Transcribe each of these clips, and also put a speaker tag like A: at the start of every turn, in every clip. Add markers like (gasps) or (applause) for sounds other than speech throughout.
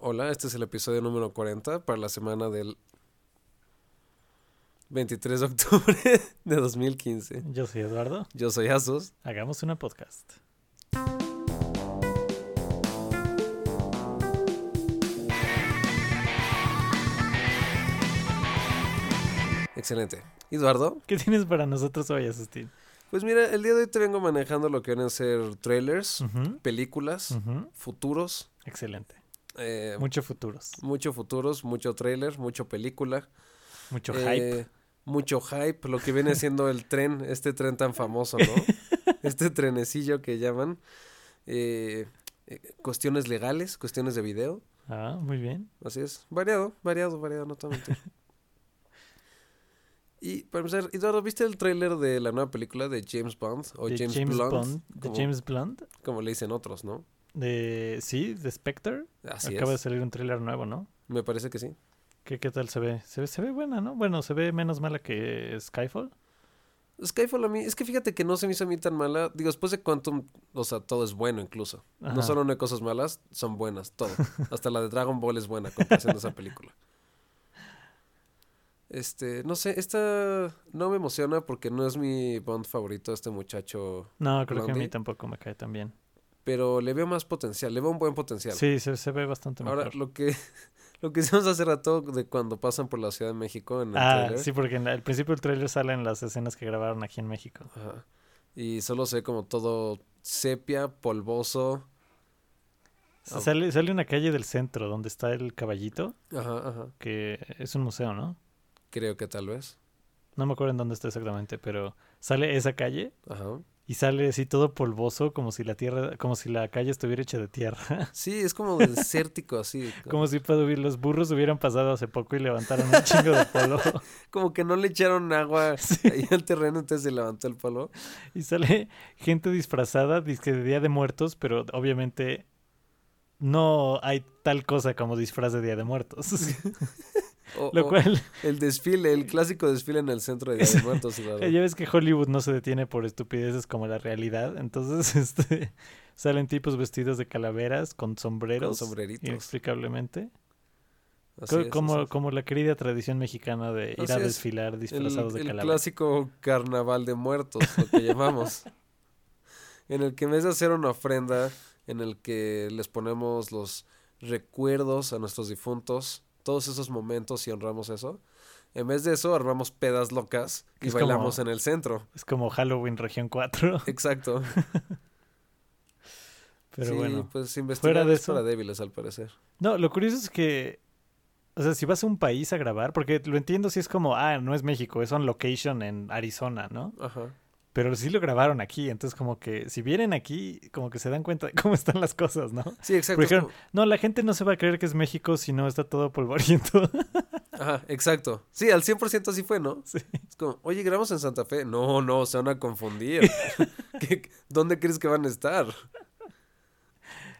A: Hola, este es el episodio número 40 para la semana del 23 de octubre (laughs) de 2015.
B: Yo soy Eduardo.
A: Yo soy Asus.
B: Hagamos una podcast.
A: Excelente. Eduardo,
B: ¿Qué tienes para nosotros hoy, Asustín?
A: pues mira, el día de hoy te vengo manejando lo que van a ser trailers,
B: Ujú,
A: películas,
B: ujú.
A: futuros,
B: Excelente.
A: eh,
B: Mucho futuros.
A: mucho futuros, mucho trailer, mucho película.
B: Mucho hype.
A: eh, Mucho hype, lo que viene siendo el tren, este tren tan famoso,
B: (laughs)
A: ¿no? Este trenecillo que llaman. eh, eh, cuestiones legales, cuestiones de video,
B: Ah, muy bien.
A: así es. Variado, variado, variado, no te voy a mentir.
B: (laughs)
A: Y para empezar, Eduardo, ¿viste el tráiler de la nueva película de James Bond? O
B: De
A: James, Blunt,
B: Bond- de
A: como,
B: James Blunt.
A: como le dicen otros, ¿no?
B: De, sí, de Spectre.
A: Así
B: Acaba
A: es.
B: de salir un tráiler nuevo, ¿no?
A: Me parece que sí.
B: ¿Qué, ¿Qué tal se ve? se ve? Se ve buena, ¿no? Bueno, se ve menos mala que Skyfall.
A: Skyfall a mí, es que fíjate que no se me hizo a mí tan mala. Digo, después de Quantum, o sea, todo es bueno incluso.
B: Ajá.
A: No solo no hay cosas malas, son buenas, todo. Hasta la de Dragon Ball es buena a comparación de esa película. Este, no sé, esta no me emociona porque no es mi Bond favorito este muchacho,
B: No, creo que a
A: Blondie.
B: mí tampoco me cae tan bien.
A: pero le veo más potencial, le veo un buen potencial.
B: Sí, se, se ve bastante mejor.
A: Ahora, lo que (laughs) lo que hicimos hace rato de cuando pasan por la Ciudad de México en el
B: ah,
A: tráiler.
B: sí, porque en la- al principio del tráiler salen las escenas que grabaron aquí en México.
A: Ajá. Y solo se ve como todo sepia, polvoso.
B: Se
A: Ah.
B: Sale, sale una calle del centro donde está el caballito,
A: Ajá, ajá.
B: que es un museo, ¿no?
A: Creo que tal vez.
B: No me acuerdo en dónde está exactamente, pero sale esa calle (laughs)
A: Ajá.
B: y sale así todo polvoso, como si la tierra, como si la calle estuviera hecha de tierra. (laughs)
A: Sí, es como desértico así.
B: Como si para huir- los burros hubieran pasado hace poco y levantaron un chingo de polvo. (laughs)
A: Como que no le echaron agua
B: Sí.
A: ahí al terreno, entonces se levantó el polvo.
B: Y sale gente disfrazada, dizque de Día de Muertos, pero obviamente no hay tal cosa como disfraz de Día de Muertos. (laughs)
A: O,
B: Lo
A: o
B: cual,
A: el desfile, el clásico desfile en el centro de Día de Muertos.
B: (laughs)
A: claro.
B: Eh, ya ves que Hollywood no se detiene por estupideces como la realidad. (laughs) Entonces, este, salen tipos vestidos de calaveras con sombreros.
A: sombreritos.
B: Inexplicablemente.
A: Así
B: Co-
A: es,
B: como,
A: así es.
B: como la querida tradición mexicana de ir
A: Así
B: a
A: es.
B: desfilar disfrazados
A: el,
B: de
A: el
B: calaveras.
A: clásico carnaval de muertos, lo
B: (laughs)
A: que llamamos. en el que en vez de hacer una ofrenda, en el que les ponemos los recuerdos a nuestros difuntos, todos esos momentos y honramos eso. En vez de eso, armamos pedas locas y
B: Es como-
A: bailamos en el centro.
B: Es como Halloween Región 4.
A: Exacto.
B: (laughs) Pero
A: sí,
B: bueno.
A: pues investigar
B: de
A: es para
B: eso-
A: débiles al parecer.
B: No, lo curioso es que. O sea, si vas a un país a grabar, porque lo entiendo si es como, ah, no es México, es on location en Arizona, ¿no?
A: Ajá.
B: Pero sí lo grabaron aquí, entonces como que si vienen aquí, como que se dan cuenta de cómo están las cosas, ¿no?
A: Sí, exacto.
B: Por
A: es
B: ejemplo- No, la gente no se va a creer que es México si no está todo polvoriento. (laughs)
A: como- Ajá, exacto. Sí, al 100% así fue, ¿no?
B: Sí.
A: Es como, oye, grabamos en Santa Fe. No, no, se van a
B: (laughs)
A: confundir. (laughs) ¿Qué- ¿Dónde crees que van a estar?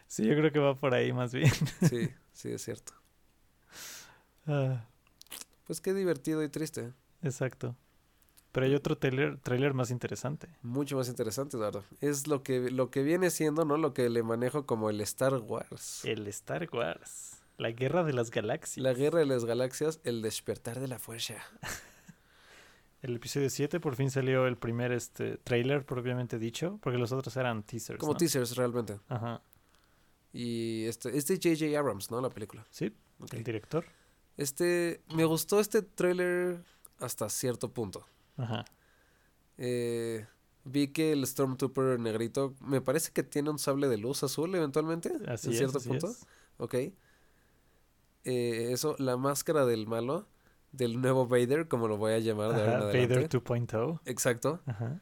B: Sí, yo creo que va por ahí más bien. (laughs)
A: Sí, sí, es cierto.
B: Ah,
A: Pues qué divertido y triste.
B: exacto. Pero hay otro trailer, más interesante.
A: Mucho más interesante, Eduardo. Es lo que, lo que viene siendo, ¿no? Lo que le manejo como el Star Wars.
B: El Star Wars. La guerra de las galaxias.
A: La guerra de las galaxias, el despertar de la fuerza.
B: El episodio 7 por fin salió el primer este trailer propiamente dicho, porque los otros eran teasers.
A: Como
B: Pues ¿no?
A: teasers, realmente.
B: Ajá.
A: Y este, este J.J. Abrams, ¿no? La película.
B: Sí,
A: Ok.
B: el director.
A: Este, me gustó este tráiler hasta cierto punto.
B: Ajá.
A: Eh, vi que el Stormtrooper negrito, me parece que tiene un sable de luz azul eventualmente,
B: Así
A: en
B: es,
A: cierto
B: así
A: punto.
B: es.
A: Ok. Eh, eso, la máscara del malo, del nuevo Vader, como lo voy a llamar de ahora en
B: Ajá,
A: adelante.
B: Vader 2.0.
A: Exacto.
B: Ajá.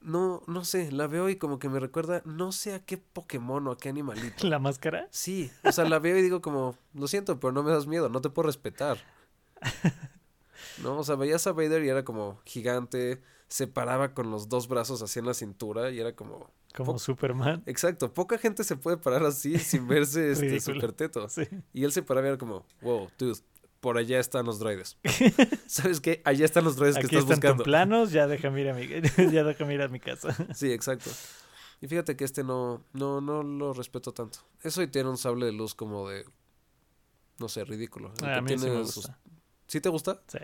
A: No, no sé, la veo y como que me recuerda, no sé a qué Pokémon o a qué animalito.
B: La máscara.
A: Sí, o sea, la veo y digo como, lo siento, pero no me das miedo, no te puedo
B: (laughs)
A: respetar. No, o sea, veías a Vader y era como gigante, se paraba con los dos brazos así en la cintura y era como,
B: Como
A: Poc- (laughs)
B: Superman.
A: exacto, poca gente se puede parar así sin
B: (laughs)
A: verse este
B: Ridículo.
A: super teto.
B: Sí.
A: Y él se paraba y era como, wow, dude, por allá están los
B: (laughs)
A: droides. ¿Sabes qué? Allá están los droides
B: Aquí
A: que estás
B: están
A: buscando.
B: tus (laughs) planos, ya déjame ir a mi, ya déjame ir a mi casa.
A: Sí, exacto. Y fíjate que este no, no, no lo respeto tanto. Eso y tiene un sable de luz como de, no sé, ridículo. El
B: Ah,
A: que
B: a mí sí me
A: tiene sus-
B: gusta.
A: ¿Sí te gusta?
B: Sí,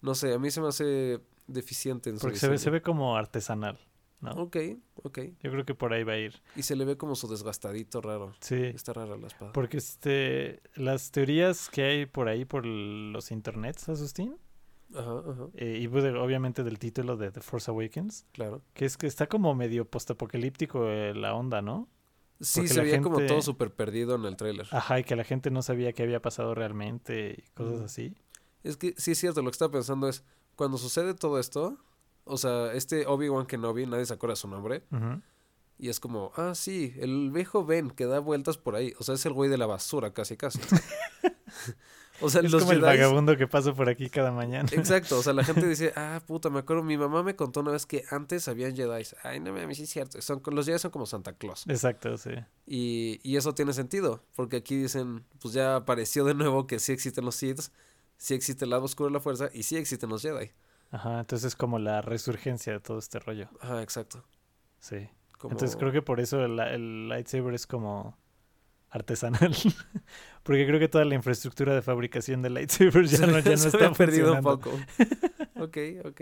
A: No sé, a mí se me hace deficiente en su
B: porque se ve, se
A: diseño. Ah,
B: ve como artesanal, ¿no?
A: Ok, ok.
B: Yo creo que por ahí va a ir.
A: Y se le ve como su desgastadito raro.
B: Sí.
A: Está rara la espada.
B: Porque este, las teorías que hay por ahí, por los internets, Asustín,
A: Ajá, ajá,
B: eh, y pues, obviamente del título de The Force Awakens,
A: claro.
B: que es que está como medio postapocalíptico eh, la onda, ¿no?
A: Sí,
B: Porque
A: se
B: la
A: veía como
B: gente- Ah.
A: todo súper perdido en el tráiler.
B: Ajá, y que la gente no sabía qué había pasado realmente y cosas
A: Ujú.
B: así.
A: Es que sí es cierto, lo que estaba pensando es, cuando sucede todo esto, o sea, este Obi-Wan Kenobi, nadie se acuerda su nombre,
B: Ujú.
A: y es como, ah, sí, el viejo Ben que da vueltas por ahí, o sea, es el güey de la basura, casi,
B: (laughs)
A: casi. o sea,
B: Es
A: los
B: como el
A: Jedis-
B: vagabundo que pasa por aquí
A: (laughs)
B: cada mañana.
A: Exacto, o sea, la gente
B: (laughs)
A: dice, ah, puta, me acuerdo, mi mamá me contó una vez que antes habían Jedi. Ay, no mames, sí es cierto, son, co- los Jedi son como Santa Claus.
B: Exacto, sí.
A: Y, y eso tiene sentido, porque aquí dicen, pues ya apareció de nuevo que sí existen los Sith, sí existe el lado oscuro de la fuerza y sí existen los Jedi.
B: Ajá, entonces es como la resurgencia de todo este rollo.
A: Ajá, exacto.
B: Sí.
A: Como...
B: Entonces creo que por eso el, el lightsaber es como artesanal. (laughs) Porque creo que toda la infraestructura de fabricación de lightsabers
A: (laughs)
B: ya no, ya no
A: Se me
B: está
A: ha perdido
B: perdido
A: un poco.
B: (laughs)
A: ok, ok.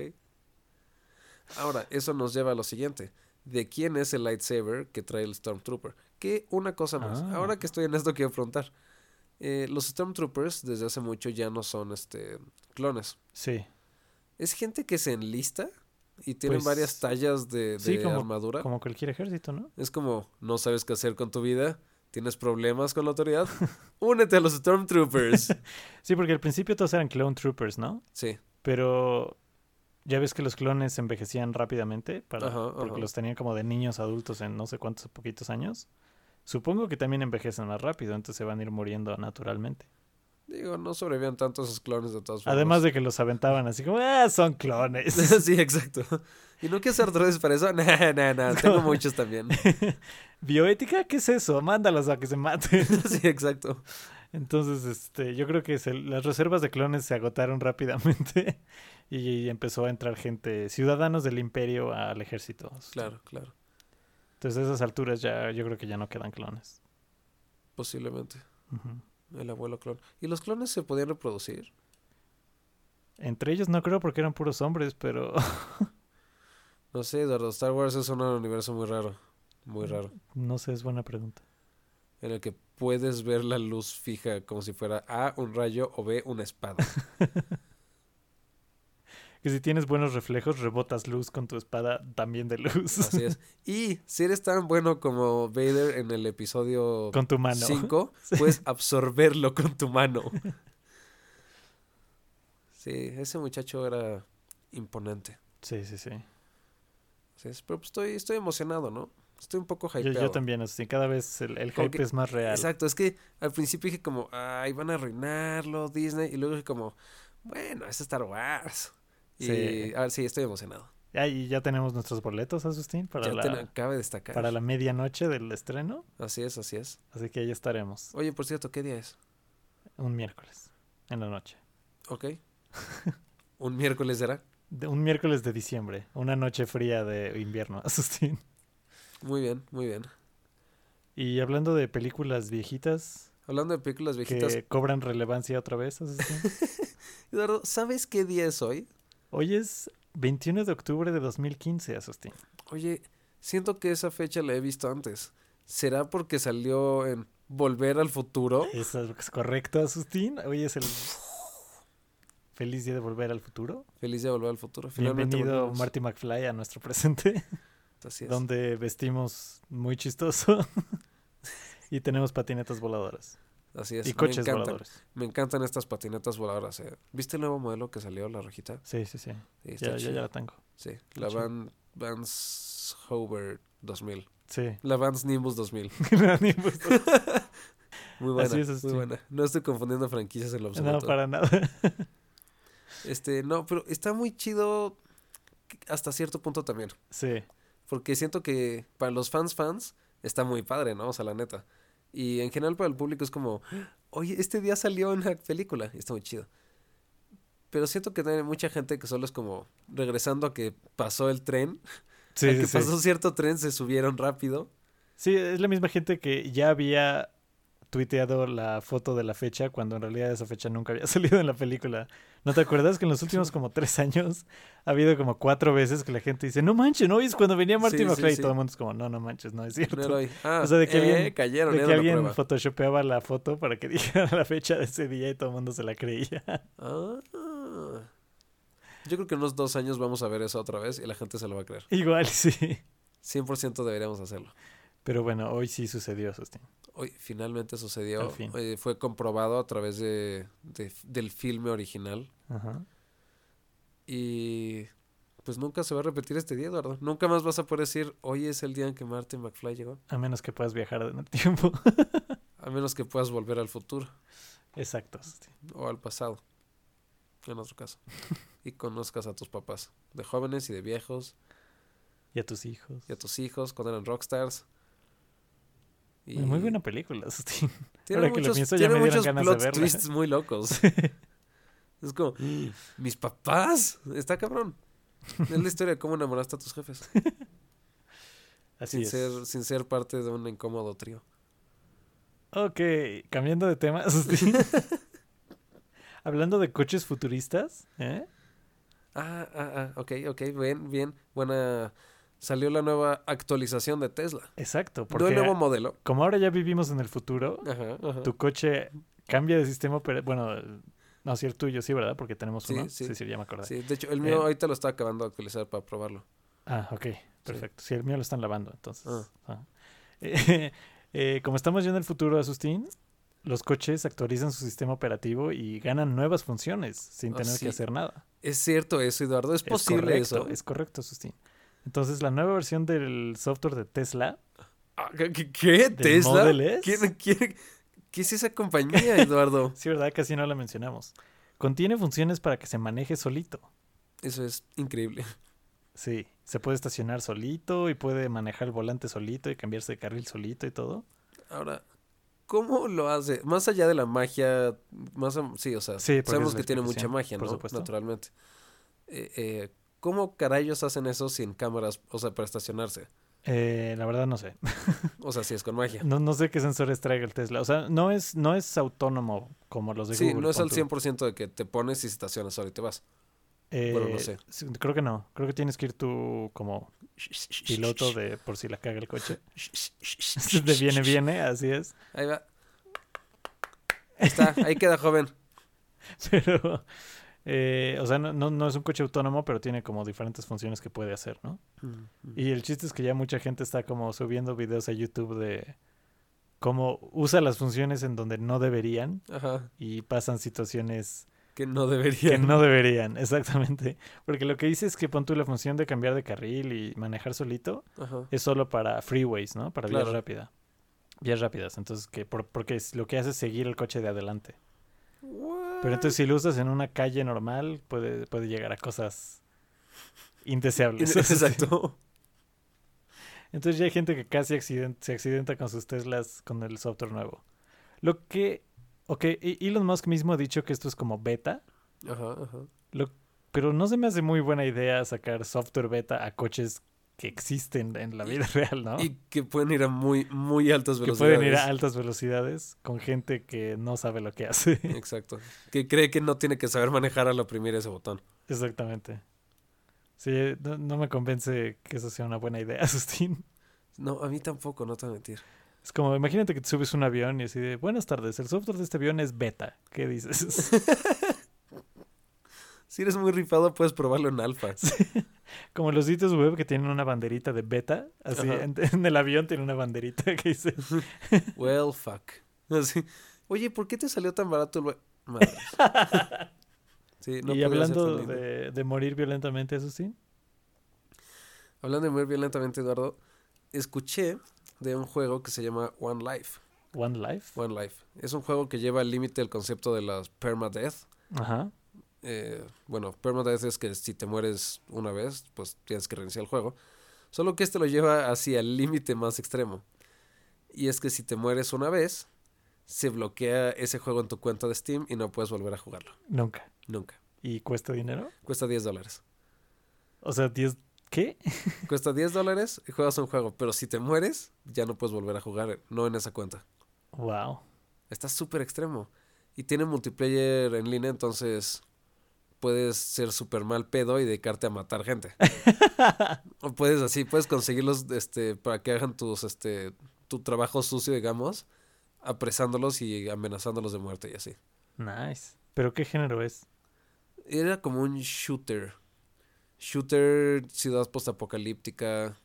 A: Ahora, eso nos lleva a lo siguiente. ¿De quién es el lightsaber que trae el Stormtrooper? Que una cosa más.
B: Ah.
A: Ahora que estoy en esto quiero preguntar. Eh, los Stormtroopers desde hace mucho ya no son este clones.
B: Sí,
A: Es gente que se enlista y tienen
B: Pues,
A: varias tallas de, de
B: sí, como-
A: armadura.
B: como cualquier ejército, ¿no?
A: Es como, no sabes qué hacer con tu vida, tienes problemas con la autoridad, (laughs) únete a los
B: (laughs)
A: Stormtroopers.
B: Sí, porque al principio todos eran clone troopers, ¿no?
A: sí,
B: Pero ya ves que los clones envejecían rápidamente para,
A: Ajá,
B: porque
A: ajá.
B: los tenían como de niños a adultos en no sé cuántos poquitos años. Supongo que también envejecen más rápido, entonces se van a ir muriendo naturalmente.
A: digo, no sobrevivían tanto esos clones de todas formas. (laughs)
B: Además de que los aventaban así como, ah, son clones.
A: sí, exacto. ¿Y no quieres hacer drogas para eso? (laughs) Nah, nah, nah. Tengo muchos
B: (laughs)
A: también. (laughs)
B: Bioética, ¿qué es eso? Mándalos a que se maten. (laughs)
A: sí, exacto.
B: Entonces, este, yo creo que se- las reservas de clones se agotaron rápidamente (laughs) y, empezó a entrar gente, ciudadanos del imperio al ejército.
A: Claro, claro.
B: Entonces, a esas alturas ya, yo creo que ya no quedan clones.
A: Posiblemente.
B: Ujú.
A: El abuelo clon. ¿Y los clones se podían reproducir?
B: Entre ellos no creo porque eran puros hombres, pero (laughs)
A: No sé, Eduardo. Star Wars es un universo muy raro. Muy raro.
B: no sé, es buena pregunta.
A: En el que puedes ver la luz fija como si fuera A, un rayo o B, una espada.
B: Que si tienes buenos reflejos, rebotas luz con tu espada también de luz.
A: Así
B: (laughs)
A: es. Y si eres tan bueno como Vader en el episodio
B: (laughs) con tu mano. (laughs)
A: 5, puedes absorberlo con tu mano. Sí, ese muchacho era imponente.
B: Sí, sí, sí.
A: Así es, Pero pues estoy, estoy emocionado, ¿no? Estoy un poco
B: Yo,
A: hypeado.
B: yo también, así cada vez el, el hype
A: Porque-
B: es más real.
A: Exacto, es que al principio dije como, ay, van a arruinarlo Disney. Y luego dije como, bueno, es Star Wars. Y
B: Sí.
A: ah, sí, estoy emocionado.
B: Ah, y ya tenemos nuestros boletos, Asustín, para
A: ya
B: la...
A: te cabe destacar.
B: para la medianoche del estreno.
A: Así es, así es.
B: Así que ahí estaremos
A: Oye, por cierto, ¿qué día es?
B: un miércoles en la noche. (laughs)
A: ¿Ok? ¿Un miércoles será?
B: De- un miércoles de diciembre, una noche fría de invierno, (laughs) Asustín.
A: Muy bien, muy bien.
B: Y hablando de películas viejitas
A: Hablando de películas viejitas,
B: que cobran relevancia otra
A: (laughs)
B: vez, Asustín.
A: Eduardo, ¿sabes qué día es hoy?
B: Hoy es 21 de octubre de 2015, Asustín.
A: Oye, siento que esa fecha la he visto antes. ¿Será porque salió en Volver al Futuro?
B: ¿Eso es correcto, Asustín? Hoy es el feliz día de volver al futuro.
A: Feliz de Volver al Futuro. Finalmente
B: Bienvenido
A: volvimos.
B: Marty McFly a nuestro presente.
A: (laughs) Así es.
B: donde vestimos muy chistoso (laughs) y tenemos patinetas voladoras
A: Así es.
B: y coches
A: me encantan,
B: voladores.
A: Me encantan estas patinetas voladoras. eh. ¿Viste el nuevo modelo que salió, la rojita?
B: Sí, sí, sí.
A: Sí, está
B: Ya, ya,
A: chido.
B: ya la tengo.
A: Sí, la
B: chido.
A: Van, Vans Hover 2000. (laughs)
B: Sí. (laughs)
A: La Vans Nimbus 2000.
B: No, ni gusto.
A: Muy buena,
B: Así es,
A: muy
B: Austin.
A: buena. No estoy confundiendo franquicias en lo absoluto.
B: no, para nada. (laughs)
A: Este, no, pero está muy chido hasta cierto punto también.
B: Sí,
A: Porque siento que para los fans fans está muy padre, ¿no? O sea, la neta. Y en general para el público es como, oye, este día salió una película. Y está muy chido. Pero siento que también hay mucha gente que solo es como regresando a que pasó el tren (laughs)
B: Sí,
A: Al que
B: sí,
A: pasó
B: sí.
A: cierto tren se subieron rápido.
B: Sí, es la misma gente que ya había tuiteado la foto de la fecha cuando en realidad esa fecha nunca había (laughs) salido en la película. ¿No te acuerdas que en
A: (laughs)
B: los últimos como tres años ha habido como cuatro veces que la gente dice, no manches, ¿no? Es cuando venía Marty
A: Sí, sí,
B: McFly y
A: sí.
B: todo el mundo es como, no, no manches, no es cierto.
A: No era hoy. Ah,
B: O sea, de que
A: eh,
B: alguien-
A: cayeron,
B: De
A: era
B: que
A: la
B: alguien
A: prueba.
B: photoshopeaba la foto para que (laughs) dijera la fecha de ese día y todo el mundo se la creía. (laughs)
A: Ah. Yo creo que en unos dos años vamos a ver eso otra vez y la gente se lo va a creer.
B: Igual sí.
A: 100% deberíamos hacerlo.
B: Pero bueno, hoy sí sucedió, Sustin.
A: Hoy finalmente sucedió.
B: Al fin.
A: eh, fue comprobado a través de, de- del filme original.
B: Ajá.
A: Y pues nunca se va a repetir este día, Eduardo. Nunca más vas a poder decir, hoy es el día en que Martin McFly llegó.
B: A menos que puedas viajar en el tiempo. (laughs)
A: A menos que puedas volver al futuro
B: Exacto, Sustin.
A: o al pasado. En otro
B: (laughs)
A: caso. Y conozcas a tus papás. De jóvenes y de viejos.
B: Y a tus hijos.
A: y a tus hijos cuando eran rockstars. Y
B: Muy buena película, Sustin.
A: Tiene
B: Ahora que lo
A: muchos,
B: pienso, ya
A: tiene
B: me dieron
A: muchos
B: ganas de
A: plot
B: verla.
A: twists muy
B: (laughs)
A: locos. es como, mis papás. Está cabrón. Es la historia de cómo enamoraste a tus
B: (laughs)
A: jefes.
B: Así (gasps)
A: sin,
B: es.
A: ser, sin ser parte de un incómodo trío.
B: Ok, cambiando de tema, (laughs) Sustin. Hablando de coches futuristas, ¿eh?
A: Ah, ah, ah, ok, ok, bien, bien. Buena. Salió la nueva actualización de Tesla.
B: Exacto,
A: No
B: porque
A: el nuevo modelo.
B: como ahora ya vivimos en el futuro,
A: Ajá, ajá.
B: tu coche cambia de sistema, opera- bueno, no, si el tuyo sí, ¿verdad? Porque tenemos
A: Sí,
B: uno. Sí,
A: sí.
B: sí, ya me acordé.
A: Sí, de hecho, el mío
B: Eh.
A: ahorita lo está acabando de actualizar para probarlo.
B: Ah, ok, perfecto. Sí, el mío lo están lavando, entonces.
A: Ah.
B: ah. (laughs) Eh, eh, como estamos ya en el futuro, Asustín, los coches actualizan su sistema operativo y ganan nuevas funciones sin
A: Ah,
B: tener
A: sí.
B: que hacer nada.
A: ¿Es cierto eso, Eduardo? ¿Es,
B: Es
A: posible
B: correcto,
A: eso? ¿eh?
B: Es correcto, Asustín. Entonces, la nueva versión del software de Tesla,
A: Ah, ¿Qué? qué- qué?
B: ¿Del
A: ¿Tesla?
B: Model S?
A: ¿Quién- quién- qué es esa compañía,
B: (laughs)
A: Eduardo?
B: sí, ¿verdad? Casi no la mencionamos. Contiene funciones para que se maneje solito.
A: Eso es increíble.
B: Sí, se puede estacionar solito y puede manejar el volante solito y cambiarse de carril solito y todo.
A: Ahora, ¿cómo lo hace? Más allá de la magia, más a- sí, o sea,
B: Sí, porque
A: sabemos
B: es la
A: que tiene mucha
B: explicación,
A: magia,
B: por
A: ¿no?
B: supuesto.
A: Naturalmente. Eh, eh, ¿Cómo carayos hacen eso sin cámaras, o sea, para estacionarse?
B: Eh, la verdad no sé.
A: O sea, sí es con magia.
B: No, no sé qué sensores traiga el Tesla. O sea, no es, no es autónomo como los de
A: Sí,
B: Google.
A: no es
B: pon
A: al
B: tú.
A: 100% de que te pones y estacionas ahora y te vas.
B: Eh,
A: bueno, no sé.
B: sí, Creo que no. Creo que tienes que ir tú como piloto de por si la caga el coche. (laughs) De viene, viene, así es.
A: Ahí va. Ahí está, ahí queda joven.
B: (laughs) Pero, eh, o sea, no, no, no es un coche autónomo, pero tiene como diferentes funciones que puede hacer, ¿no? Y el chiste es que ya mucha gente está como subiendo videos a YouTube de cómo usa las funciones en donde no deberían
A: Ajá.
B: y pasan situaciones
A: Que no debería.
B: que no deberían, (laughs) exactamente. Porque lo que dice es que pon tú la función de cambiar de carril y manejar solito
A: Ajá.
B: es solo para freeways, ¿no? Para vías
A: Claro.
B: rápidas. Vías rápidas, entonces que por- porque es- lo que hace es seguir el coche de adelante. Pero entonces si lo usas en una calle normal puede puede llegar a cosas
A: (laughs)
B: indeseables. (laughs)
A: Exacto.
B: Entonces ya hay gente que casi accident- se accidenta con sus Teslas con el software nuevo. Lo que ok, e- Elon Musk mismo ha dicho que esto es como beta,
A: Ajá, ajá.
B: Pero no se me hace muy buena idea sacar software beta a coches que existen en la vida (laughs) real, ¿no?
A: Y que pueden ir a muy, muy altas
B: Ah. que
A: velocidades.
B: pueden ir a altas velocidades con gente que no sabe lo que hace. (laughs)
A: Exacto. Que cree que no tiene que saber manejar al oprimir ese botón.
B: Exactamente. Sí, no, no me convence que eso sea una buena idea, (laughs) Asustín.
A: No, a mí tampoco, no te voy a mentir.
B: Es como, imagínate que te subes a un avión y así de, buenas tardes, el software de este avión es beta. ¿Qué
A: (laughs)
B: dices?
A: Si eres muy rifado, puedes probarlo en
B: (laughs)
A: alfa.
B: como los sitios web que tienen una banderita de beta, así
A: Ajá.
B: en, en el avión tiene una banderita que dice,
A: Well, fuck. Así. Oye, ¿por qué te salió tan barato el... we- Madres.
B: (laughs)
A: Sí, no
B: y
A: podía ser
B: hablando
A: tan lindo.
B: de, de morir violentamente, Asustín.
A: Hablando de muy violentamente, Eduardo, escuché de un juego que se llama One Life.
B: One Life.
A: One Life. Es un juego que lleva al límite el concepto de las permadeath.
B: Ajá.
A: eh, bueno, permadeath es que si te mueres una vez, pues tienes que reiniciar el juego. Solo que este lo lleva hacia el límite más extremo. Y es que si te mueres una vez, se bloquea ese juego en tu cuenta de Steam y no puedes volver a jugarlo.
B: Nunca.
A: Nunca.
B: ¿Y cuesta dinero?
A: Cuesta 10 dólares.
B: O sea, 10 ¿Qué?
A: Cuesta 10 dólares y juegas un juego, pero si te mueres, ya no puedes volver a jugar, no en esa cuenta.
B: Wow.
A: Está súper extremo. Y tiene multiplayer en línea, entonces puedes ser súper mal pedo y dedicarte a matar (laughs) gente. o puedes así, puedes conseguirlos este, para que hagan tus, este, tu trabajo sucio, digamos, apresándolos y amenazándolos de muerte y así.
B: Nice. ¿Pero qué género es?
A: Era como un shooter. Shooter, ciudad postapocalíptica.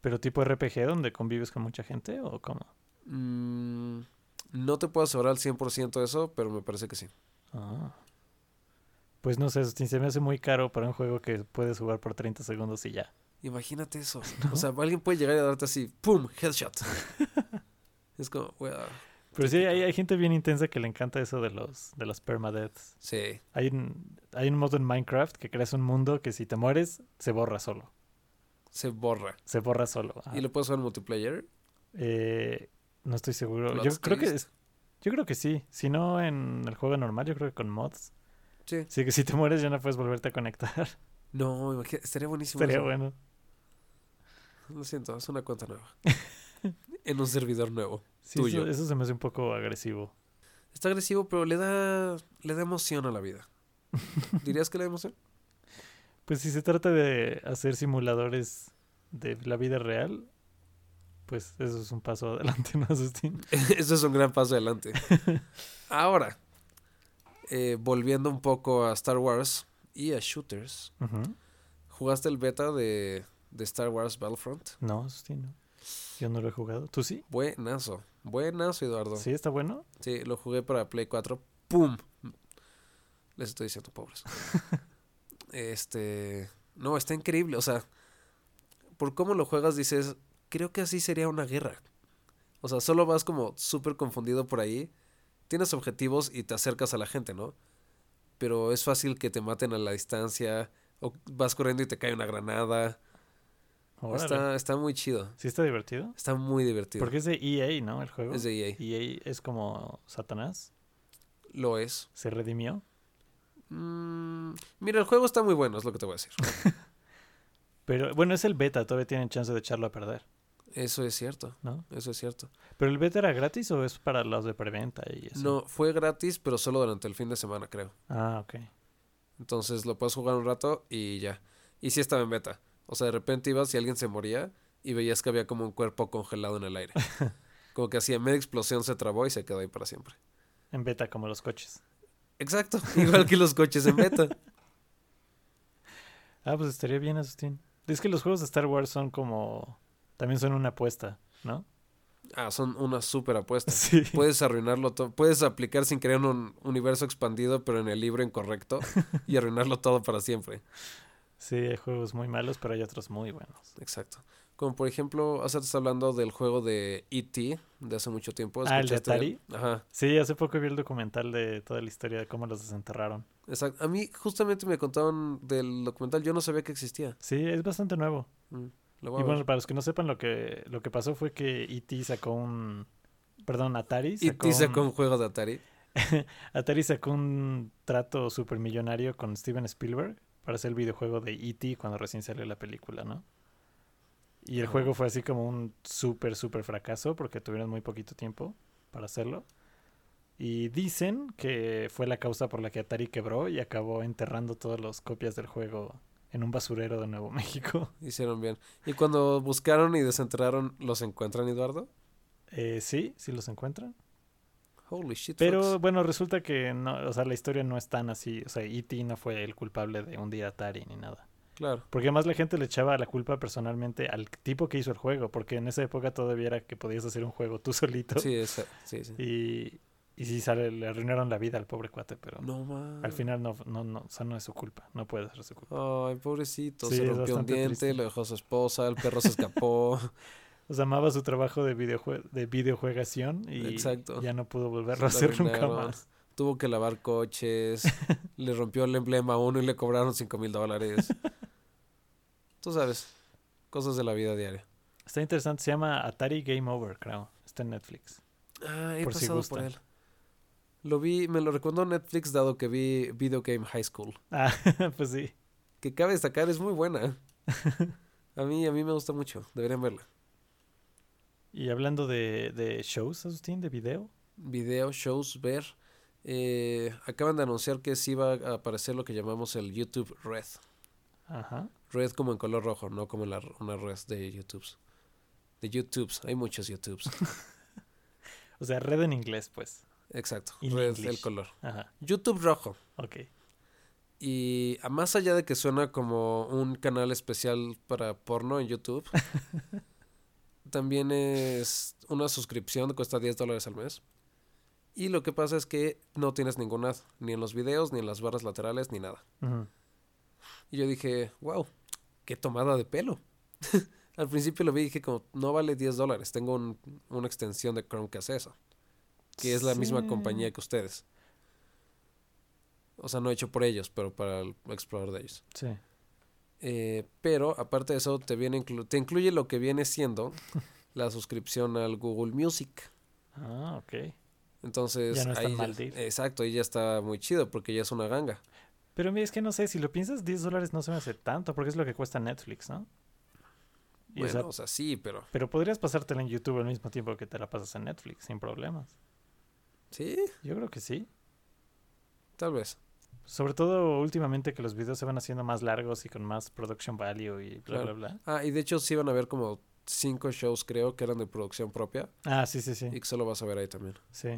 B: ¿Pero tipo RPG donde convives con mucha gente o cómo?
A: Mm, no te puedo asegurar al 100% eso, pero me parece que sí.
B: Ah. Pues no sé, se me hace muy caro para un juego que puedes jugar por 30 segundos y ya.
A: Imagínate eso. O sea, alguien puede llegar y darte así, ¡pum! Headshot. (laughs) es como, wow.
B: Pero sí, hay, hay gente bien intensa que le encanta eso de los, de los permadeaths.
A: Sí.
B: Hay un, hay un modo en Minecraft que creas un mundo que si te mueres, se borra solo.
A: Se borra.
B: Se borra solo. ajá.
A: ¿Y lo puedes jugar en multiplayer?
B: Eh, no estoy seguro. Yo
A: Bloodstained.
B: creo que es- yo creo que sí. Si no en el juego normal, yo creo que con mods.
A: Sí.
B: Sí, que si te mueres ya no puedes volverte a conectar. (laughs)
A: No, imagínate, estaría buenísimo.
B: Estaría
A: eso.
B: bueno.
A: Lo siento, es una cuenta nueva. en un servidor nuevo.
B: Sí,
A: Tuyo.
B: eso, eso se me hace un poco agresivo.
A: Está agresivo, pero le da, le da emoción a la vida. ¿Dirías que le da emoción? (laughs)
B: Pues si se trata de hacer simuladores de la vida real, pues eso es un paso (laughs) adelante, ¿no, Justin?
A: Eso es un gran paso adelante. Ahora, eh, volviendo un poco a Star Wars y a Shooters, ¿jugaste el beta de, de Star Wars Battlefront?
B: No, Justin, no. Yo no lo he jugado. ¿Tú sí?
A: Buenazo, buenazo, Eduardo.
B: ¿Sí está bueno?
A: Sí, lo jugué para Play 4. ¡Pum! Les estoy diciendo, pobres.
B: (laughs)
A: este. No, está increíble. O sea, por cómo lo juegas, dices, creo que así sería una guerra. O sea, solo vas como súper confundido por ahí. Tienes objetivos y te acercas a la gente, ¿no? Pero es fácil que te maten a la distancia. O vas corriendo y te cae una granada.
B: Órale.
A: Está, está muy chido.
B: ¿Sí está divertido?
A: Está muy divertido.
B: Porque es de EA, ¿no? El juego.
A: Es de E EA.
B: EA es como Satanás.
A: Lo es.
B: Se redimió.
A: Mm, mira, el juego está muy bueno, es lo que te voy a decir.
B: Pero bueno, es el beta. Todavía tienen chance de echarlo a perder,
A: Eso es cierto,
B: ¿no?
A: eso es cierto.
B: ¿Pero el beta era gratis o es para los de preventa y eso?
A: No, fue gratis, pero solo durante el fin de semana, creo.
B: Ah, ok.
A: Entonces lo puedes jugar un rato y ya. Y sí estaba en beta. O sea, de repente ibas y alguien se moría y veías que había como un cuerpo congelado en el aire. Como que hacía media explosión, se trabó y se quedó ahí para siempre.
B: En beta como los coches.
A: Exacto, (laughs) igual que los coches en beta.
B: Ah, pues estaría bien, Asustín. Es que los juegos de Star Wars son como... También son una apuesta,
A: (laughs)
B: ¿no?
A: Ah, son una súper apuesta.
B: Sí.
A: Puedes arruinarlo todo. Puedes aplicar sin crear un universo expandido, pero en el libro incorrecto y arruinarlo todo para siempre.
B: Sí, hay juegos muy malos, pero hay otros muy buenos.
A: Exacto. Como por ejemplo, hace rato estaba hablando del juego de E.T. de hace mucho tiempo.
B: Ah, ¿el de
A: ¿Escuchaste
B: Atari?
A: él? Ajá.
B: Sí, hace poco vi el documental de toda la historia de cómo los desenterraron.
A: Exacto. A mí justamente me contaron del documental, yo no sabía que existía.
B: Sí, es bastante nuevo.
A: Mm, lo voy
B: Y
A: a ver.
B: bueno, para los que no sepan, lo que, lo que pasó fue que E.T. sacó un... Perdón, Atari sacó,
A: E.T. E sacó
B: un,
A: un juego de Atari.
B: Atari sacó un trato supermillonario con Steven Spielberg para hacer el videojuego de E.T. cuando recién salió la película, ¿no? Y el
A: Ah.
B: juego fue así como un súper, súper fracaso porque tuvieron muy poquito tiempo para hacerlo. Y dicen que fue la causa por la que Atari quebró y acabó enterrando todas las copias del juego en un basurero de Nuevo (laughs) México.
A: Hicieron bien. Y cuando buscaron y desenterraron, ¿los encuentran, Eduardo?
B: Eh, sí, sí los encuentran.
A: Holy shit.
B: Pero
A: folks.
B: bueno, resulta que no, o sea, la historia no es tan así. O sea, E.T. no fue el culpable de hundir a Atari ni nada.
A: Claro.
B: Porque además la gente le echaba la culpa personalmente al tipo que hizo el juego, porque en esa época todavía era que podías hacer un juego tú (laughs) solito.
A: Sí, esa- sí, sí.
B: Y, y sí, sale, le arruinaron la vida al pobre cuate, pero
A: No más.
B: al final no, no, no, o sea, no es su culpa, no puede ser su culpa.
A: Ay, pobrecito.
B: Sí,
A: se
B: es
A: rompió un
B: bastante
A: diente,
B: triste.
A: lo dejó a su esposa, el perro se
B: (laughs)
A: escapó.
B: O sea, amaba su trabajo de, videojue- de videojuegación y
A: Exacto.
B: ya no pudo volverlo a
A: Lo
B: hacer nunca
A: arruinaron.
B: más.
A: Tuvo que lavar coches. (laughs) le rompió el emblema a uno y le cobraron 5 mil dólares. Tú sabes, cosas de la vida diaria.
B: Está interesante, se llama Atari Game Over, creo. Está en Netflix. (laughs)
A: Ah, he
B: Por si
A: pasado por
B: gustan.
A: él. Lo vi, me lo recomendó Netflix dado que vi Video Game High School.
B: Ah, pues sí.
A: (laughs) Que cabe destacar, es muy buena. A mí, a mí me gusta mucho. Deberían verla.
B: Y hablando de, de shows, Agustín, de video.
A: Video, shows, ver. Eh, acaban de anunciar que sí va a aparecer lo que llamamos el YouTube Red.
B: Ajá.
A: Red como en color rojo, no como la, una red de YouTubes. De YouTubes, hay muchos YouTubes.
B: O sea, red en inglés, pues.
A: Exacto,
B: In
A: red
B: English.
A: el color.
B: Ajá.
A: YouTube rojo.
B: Ok.
A: Y a más allá de que suena como un canal especial para porno en YouTube, también es una suscripción que cuesta 10 dólares al mes. Y lo que pasa es que no tienes ningún ad, ni en los videos, ni en las barras laterales, ni nada.
B: Ujú.
A: Y yo dije, wow, qué tomada de pelo. (laughs) Al principio lo vi y dije como, no vale 10 dólares, tengo un- una extensión de Chrome que hace eso, que es la misma
B: Sí.
A: compañía que ustedes. O sea, no hecho por ellos, pero para el explorador de ellos.
B: Sí.
A: Eh, pero aparte de eso, te, viene inclu- te incluye lo que viene
B: (laughs)
A: siendo la suscripción al Google Music.
B: Ah, ok.
A: Entonces,
B: Ya no es tan
A: ahí
B: mal deal.
A: exacto, ahí ya está muy chido porque ya es una ganga.
B: Pero mira, es que no sé, si lo piensas, 10 dólares no se me hace tanto, porque es lo que cuesta Netflix, ¿no? Y, o
A: Bueno,
B: sea,
A: o sea, sí, pero
B: pero podrías pasártela en YouTube al mismo tiempo que te la pasas en Netflix, sin problemas.
A: sí,
B: Yo creo que sí.
A: tal vez.
B: Sobre todo últimamente que los videos se van haciendo más largos y con más production value y bla,
A: Claro.
B: bla, bla.
A: Ah, y de hecho sí van a haber como cinco shows, creo, que eran de producción propia
B: Ah, sí, sí, sí.
A: y que solo vas a ver ahí también.
B: Sí.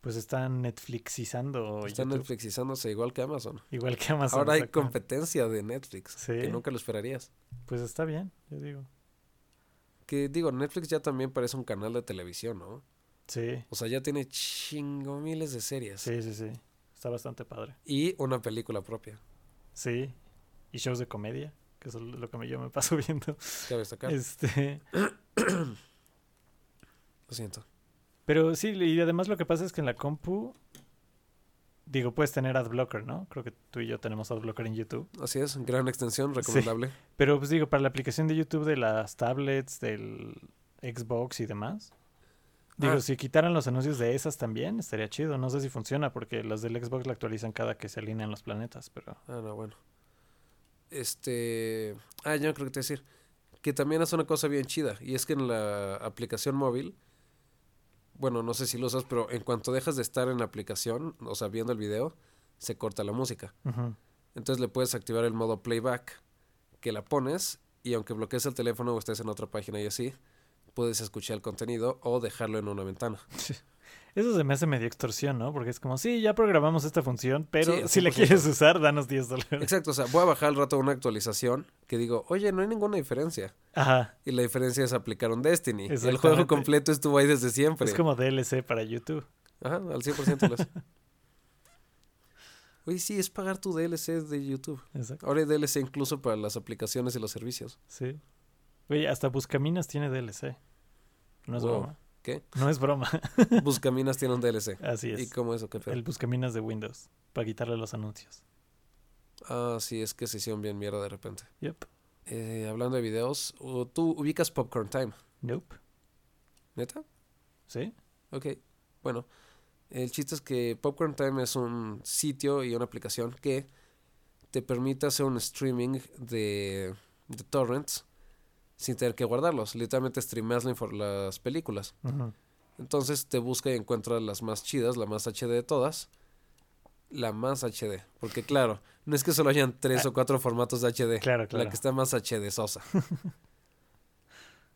B: Pues están Netflixizando
A: Están
B: YouTube,
A: Netflixizándose igual que Amazon.
B: igual que Amazon.
A: Ahora hay
B: exactamente.
A: competencia de Netflix,
B: Sí.
A: que nunca lo esperarías.
B: Pues está bien, yo digo.
A: Que digo, Netflix ya también parece un canal de televisión, ¿no?
B: Sí,
A: O sea, ya tiene chingo miles de series.
B: sí, sí, sí. Está bastante padre.
A: Y una película propia.
B: Sí. Y shows de comedia, que es lo que me- yo me paso (laughs) viendo.
A: Cabe destacar.
B: Este,
A: Lo siento.
B: pero sí, y además lo que pasa es que en la compu, digo, puedes tener adblocker, ¿no? Creo que tú y yo tenemos adblocker en YouTube.
A: Así es, gran extención, recomendable.
B: Pero pues digo, para la aplicación de YouTube de las tablets, del Xbox y demás. Digo,
A: Ah.
B: si quitaran los anuncios de esas también, estaría chido. No sé si funciona, porque las del Xbox la actualizan cada que se alinean los planetas, pero...
A: Ah, no, bueno. Este. Ah, yo creo que te iba a decir. Que también hace una cosa bien chida. Y es que en la aplicación móvil. Bueno, no sé si lo usas, pero en cuanto dejas de estar en la aplicación, o sea, viendo el video, se corta la música.
B: Ujú.
A: Entonces le puedes activar el modo playback, que la pones, y aunque bloquees el teléfono o estés en otra página y así, puedes escuchar el contenido o dejarlo en una ventana.
B: Eso se me hace medio extorsión, ¿no? Porque es como, sí, ya programamos esta función, pero
A: Sí,
B: si la
A: 100%.
B: quieres usar, danos 10 dólares.
A: Exacto, o sea, voy a bajar al rato una actualización que digo, oye, no hay ninguna diferencia.
B: Ajá.
A: Y la diferencia es aplicar un Destiny. El
B: Exactamente.
A: juego completo estuvo ahí desde siempre.
B: Es como DLC para YouTube.
A: Ajá, al 100%
B: (laughs)
A: lo es. Oye, sí, es pagar tu DLC de YouTube.
B: Exacto.
A: Ahora hay DLC incluso para las aplicaciones y los servicios.
B: Sí. Oye, hasta Buscaminas tiene DLC. No es
A: Wow.
B: broma.
A: ¿Qué?
B: No es broma. (laughs)
A: Buscaminas tiene un DLC.
B: Así
A: ¿Y
B: es.
A: cómo es eso? ¿Qué pedo?
B: El Buscaminas de Windows. Para quitarle los anuncios.
A: Ah, sí, es que se hicieron bien mierda de repente.
B: Yep.
A: Eh, hablando de videos, o ¿tú ubicas Popcorn Time?
B: Nope.
A: ¿Neta?
B: ¿Sí?
A: Ok, bueno. El chiste es que Popcorn Time es un sitio y una aplicación que te permite hacer un streaming de, de torrents sin tener que guardarlos. Literalmente streameas la infor- las películas.
B: Ujú.
A: Entonces te busca y encuentra las más chidas, la más HD de todas. La más HD. Porque claro, no es que solo hayan tres o cuatro formatos de HD.
B: Ah. Claro, claro.
A: La que está más HD
B: (laughs)
A: sosa.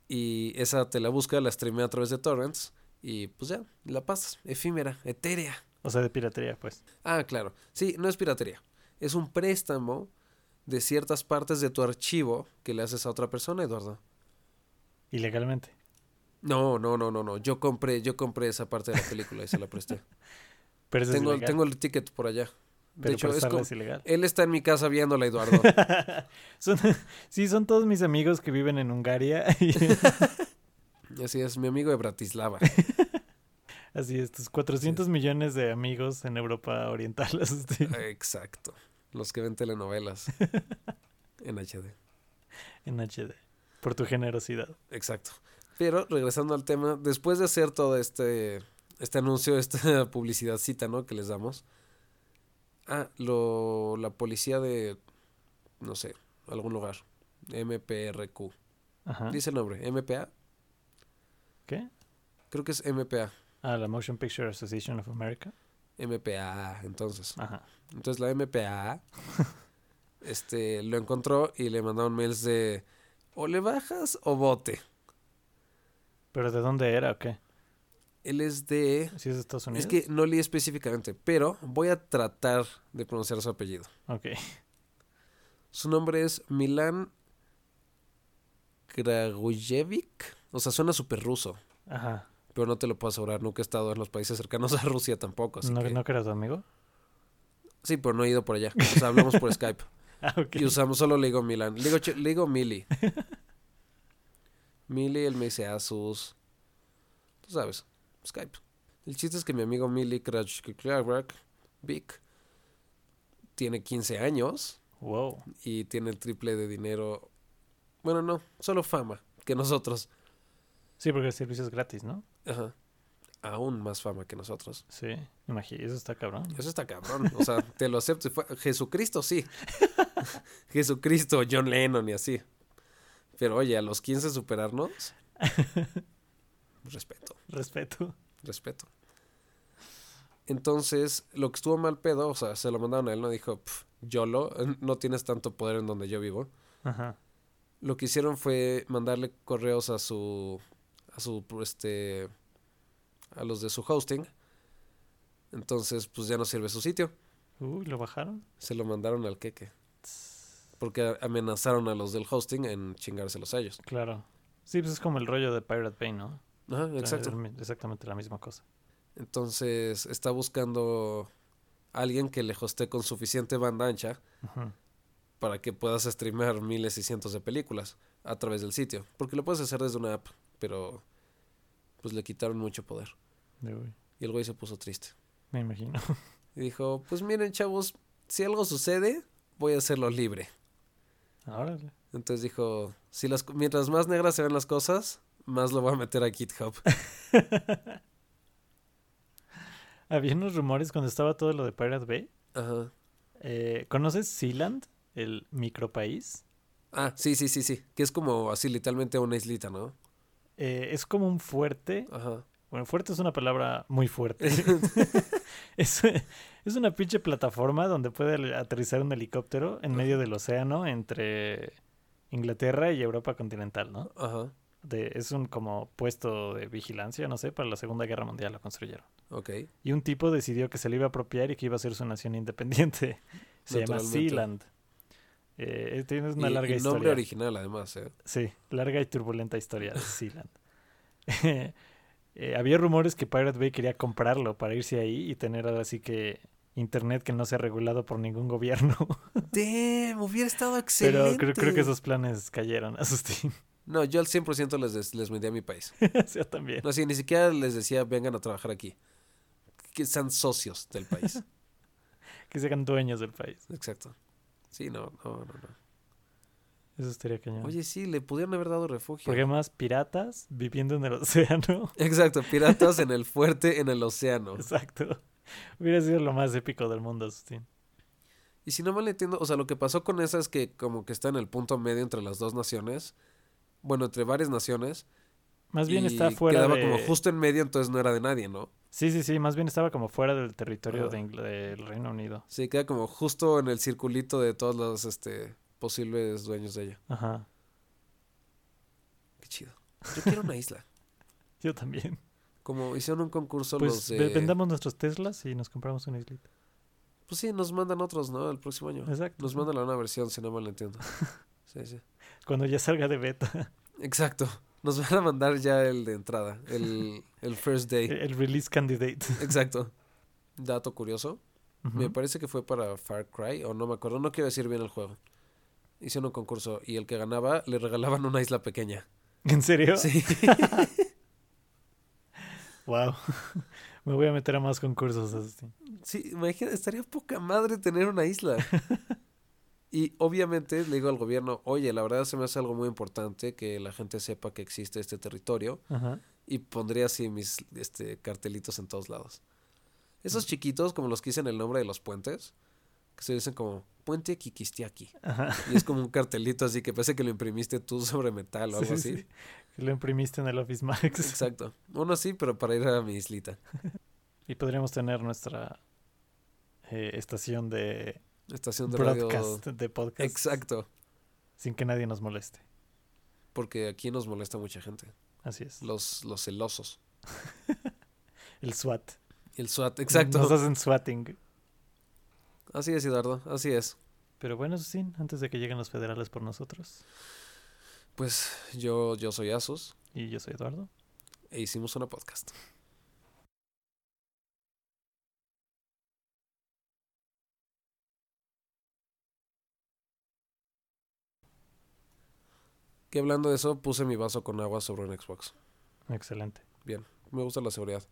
A: y esa te la busca, la streamea a través de torrents. Y pues ya, la pasas. Efímera, etérea.
B: O sea, de piratería, pues.
A: Ah, claro. Sí, no es piratería. Es un préstamo de ciertas partes de tu archivo que le haces a otra persona, Eduardo.
B: Ilegalmente.
A: No, no, no, no, no. Yo compré, yo compré esa parte de la película y se la presté.
B: Pero eso
A: tengo,
B: es ilegal.
A: tengo el ticket por allá.
B: Pero
A: De hecho, es
B: prestarla
A: como-
B: es ilegal.
A: él está en mi casa viéndola,
B: (laughs)
A: Eduardo.
B: Son- (laughs) sí, son todos mis amigos que viven en Hungaria. (laughs) y-
A: Y Así es, mi amigo de
B: (laughs)
A: Bratislava.
B: Así es, tus 400 millones de amigos en Europa Oriental. (laughs) este,
A: Exacto. Los que ven telenovelas en HD.
B: en HD. Por tu generosidad.
A: Exacto. Pero regresando al tema, después de hacer todo este, este anuncio, (laughs) esta publicidadcita, ¿no? Que les damos. Ah, lo, la policía de, no sé, algún lugar. MPRQ.
B: Ajá.
A: Dice el nombre, MPA.
B: ¿Qué?
A: Creo que es MPA.
B: Ah, la Motion Picture Association of America.
A: MPA, entonces.
B: Ajá.
A: Entonces la
B: (laughs)
A: MPA este, lo encontró y le mandaron mails de o le bajas o bote.
B: ¿Pero de dónde era o qué?
A: Él es de...
B: ¿Si es de Estados Unidos?
A: Es que no leí específicamente, pero voy a tratar de pronunciar su apellido.
B: Ok.
A: Su nombre es Milan Kragujevic. O sea, suena súper ruso,
B: Ajá.
A: pero no te lo puedo asegurar. Nunca he estado en los países cercanos a Rusia tampoco. Así
B: ¿No,
A: que...
B: ¿No que era tu amigo? (laughs)
A: Sí, pero no he ido por allá. O sea, hablamos por Skype.
B: Ah, ok.
A: Y usamos, solo le digo Milan. Le digo, ch- le digo Mili. Mili, él me dice Asus. Tú sabes, Skype. El chiste es que mi amigo Mili Crash Vic tiene 15 años
B: Wow.
A: y tiene el triple de dinero. Bueno, no, solo fama que nosotros.
B: Sí, porque el servicio es gratis, ¿no?
A: Ajá. Aún más fama que nosotros.
B: Sí. Imagínate, eso está cabrón.
A: Eso está cabrón. O sea, te lo acepto. Fue- Jesucristo, sí. (laughs) Jesucristo, John Lennon y así. Pero oye, a los 15 superarnos. respeto,
B: Respeto. (laughs)
A: respeto. Entonces, lo que estuvo mal pedo, o sea, se lo mandaron a él, no dijo, "Pf, YOLO, no tienes tanto poder en donde yo vivo.
B: Ajá.
A: Lo que hicieron fue mandarle correos a su. a su. este. a los de su hosting. Entonces, pues ya no sirve su sitio.
B: Uy, ¿lo bajaron?
A: Se lo mandaron al queque. Porque a- amenazaron a los del hosting en chingárselos a ellos.
B: Claro. Sí, pues es como el rollo de Pirate Bay, ¿no?
A: Ajá,
B: O sea, es
A: exacto.
B: mi- exactamente la misma cosa.
A: Entonces está buscando alguien que le hostee con suficiente banda ancha
B: Ujú.
A: para que puedas streamear miles y cientos de películas a través del sitio. Porque lo puedes hacer desde una app, pero pues le quitaron mucho poder.
B: De uy,
A: Y el güey se puso triste.
B: Me imagino. (laughs)
A: Y dijo, pues miren chavos, si algo sucede, voy a hacerlo libre.
B: Ahora.
A: Entonces dijo, si las, co- mientras más negras se ven las cosas, más lo voy a meter a GitHub.
B: Había unos rumores cuando estaba todo lo de Pirate Bay.
A: Ajá.
B: Eh, ¿Conoces Sealand? El micropaís.
A: Ah, sí, sí, sí, sí. Que es como así literalmente una islita, ¿no?
B: Eh, es como un fuerte. (laughs)
A: Ajá.
B: Bueno, fuerte es una palabra
A: (laughs)
B: muy fuerte. es, es una pinche plataforma donde puede aterrizar un helicóptero en medio del océano entre Inglaterra y Europa continental, ¿no?
A: Ajá.
B: De- es un como puesto de vigilancia, no sé, para la Segunda Guerra Mundial lo construyeron.
A: Ok.
B: Y un tipo decidió que se le iba a apropiar y que iba a ser su nación independiente. (laughs) Se llama
A: Naturalmente.
B: Sealand. Eh, eh, tiene una
A: Y-
B: larga
A: y
B: historia.
A: nombre original, además, ¿eh?
B: Sí, larga y turbulenta historia de Sealand. (laughs) Eh, había rumores que Pirate Bay quería comprarlo para irse ahí y tener ahora sí que internet que no sea regulado por ningún gobierno. (laughs)
A: Damn, hubiera estado excelente.
B: Pero creo, creo que esos planes cayeron, (laughs) Asustín.
A: No, yo al 100% les, des- les metí a mi país.
B: o sea, también.
A: No, sí, ni siquiera les decía, vengan a trabajar aquí. Que sean socios del
B: (laughs)
A: país.
B: Que se hagan dueños del país.
A: Exacto. Sí, no, no, no, no.
B: Eso estaría cañón.
A: Oye, sí, le pudieron haber dado refugio.
B: Porque más piratas viviendo en el (laughs) océano.
A: Exacto, piratas en el fuerte, en el océano.
B: Exacto. (laughs) Hubiera sido lo más épico del mundo, Asustín.
A: Y si no mal entiendo, o sea, lo que pasó con esa es que como que está en el punto medio entre las dos naciones. Bueno, entre varias naciones.
B: Más bien
A: y
B: está fuera
A: Quedaba
B: de...
A: como justo en medio, entonces no era de nadie, ¿no?
B: Sí, sí, sí. Más bien estaba como fuera del territorio
A: Ajá.
B: de Ingl- del Reino Unido.
A: Sí, queda como justo en el circulito de todos los este, posibles dueños de ella.
B: Ajá.
A: Qué chido. Yo quiero una isla.
B: Yo también.
A: Como hicieron un concurso los
B: Pues
A: de...
B: ve- vendamos nuestros Teslas y nos compramos una islita.
A: Pues sí, nos mandan otros, ¿no? El próximo año.
B: Exacto.
A: Nos mandan la nueva versión, si no mal
B: (laughs)
A: entiendo. Sí, sí.
B: Cuando ya salga de beta.
A: Exacto. Nos van a mandar ya el de entrada, el, el first day.
B: (laughs) El release candidate.
A: Exacto. Dato curioso. Me
B: Ujú.
A: parece que fue para Far Cry, o no me acuerdo, no quiero decir bien el juego. Hicieron un concurso y el que ganaba le regalaban una isla pequeña.
B: ¿En serio?
A: Sí, (laughs)
B: Wow. (laughs) Me voy a meter a más concursos, Asustín.
A: sí, imagina, estaría poca madre tener una isla. Y obviamente le digo al gobierno, oye, la verdad se me hace algo muy importante que la gente sepa que existe este territorio
B: Ajá.
A: y pondría así mis este, cartelitos en todos lados. Esos chiquitos, como los que dicen el nombre de los puentes, que se dicen como Puente Kikisteki.
B: Ajá.
A: Y es como un cartelito así que parece que lo imprimiste tú sobre metal o algo
B: Sí,
A: así.
B: sí. Lo imprimiste en el Office Max.
A: Exacto. Uno sí, pero para ir a mi islita.
B: Y podríamos tener nuestra eh, estación de
A: Estación de radio.
B: broadcast de podcast
A: Exacto.
B: sin que nadie nos moleste.
A: Porque aquí nos molesta mucha gente.
B: Así es.
A: Los, los celosos.
B: El SWAT.
A: El SWAT, exacto.
B: Nos hacen swatting.
A: Así es, Eduardo. Así es.
B: Pero bueno, sí, antes de que lleguen los federales por nosotros.
A: Pues yo, yo soy Asus
B: Y yo soy Eduardo.
A: e hicimos una podcast. Que hablando de eso, puse mi vaso con agua sobre un Xbox.
B: Excelente.
A: Me gusta la seguridad.